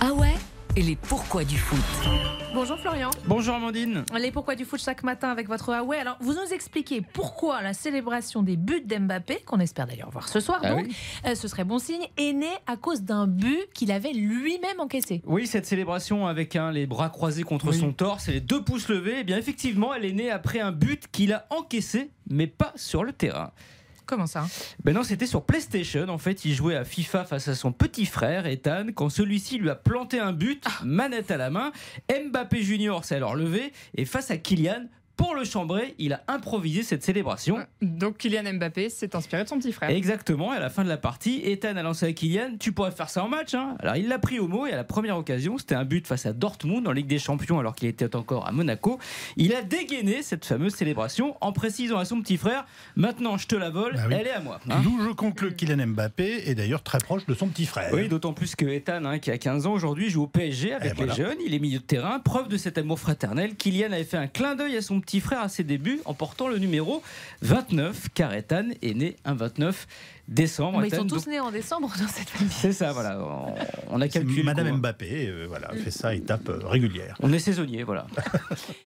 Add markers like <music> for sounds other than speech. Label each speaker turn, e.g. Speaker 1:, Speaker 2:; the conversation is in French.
Speaker 1: Ah ouais Et les pourquoi du foot.
Speaker 2: Bonjour Florian.
Speaker 3: Bonjour Amandine.
Speaker 2: Les pourquoi du foot chaque matin avec votre Huawei. Alors, vous nous expliquez pourquoi la célébration des buts d'Mbappé, qu'on espère d'ailleurs voir ce soir,
Speaker 3: Ah
Speaker 2: donc,
Speaker 3: oui.
Speaker 2: euh, ce serait bon signe, est née à cause d'un but qu'il avait lui-même encaissé.
Speaker 3: Oui, cette célébration avec hein, les bras croisés contre son torse et les deux pouces levés, eh bien effectivement, elle est née après un but qu'il a encaissé, mais pas sur le terrain.
Speaker 2: Comment ça
Speaker 3: Ben non, c'était sur PlayStation. En fait, il jouait à FIFA face à son petit frère Ethan quand celui-ci lui a planté un but, manette à la main. Mbappé Junior s'est alors levé et face à Kylian, pour le chambrer, il a improvisé cette célébration.
Speaker 4: Donc Kylian Mbappé s'est inspiré de son petit frère.
Speaker 3: Exactement, et à la fin de la partie, Ethan a lancé à Kylian Tu pourrais faire ça en match. Hein alors il l'a pris au mot et à la première occasion, c'était un but face à Dortmund en Ligue des Champions alors qu'il était encore à Monaco. Il a dégainé cette fameuse célébration en précisant à son petit frère Maintenant je te la vole,
Speaker 5: Bah oui.
Speaker 3: elle est à moi. Hein
Speaker 5: D'où je conclus que Kylian Mbappé est d'ailleurs très proche de son petit frère.
Speaker 3: oui, d'autant plus que Ethan, hein, qui a 15 ans aujourd'hui, joue au PSG avec
Speaker 5: Eh, voilà.
Speaker 3: les jeunes. Il est milieu de terrain, preuve de cet amour fraternel. Kylian avait fait un clin d'œil à son petit frère à ses débuts en portant le numéro 29, car Ethan est né un 29 décembre.
Speaker 2: Ah, Mais Ils
Speaker 3: Ethan,
Speaker 2: sont
Speaker 3: donc,
Speaker 2: tous nés en décembre <laughs> dans cette famille.
Speaker 3: C'est ça, voilà. On, on a
Speaker 5: C'est
Speaker 3: calculé. le
Speaker 5: Madame
Speaker 3: coup, hein.
Speaker 5: Mbappé euh, voilà, fait ça étape euh, régulière.
Speaker 3: On est saisonnier, voilà.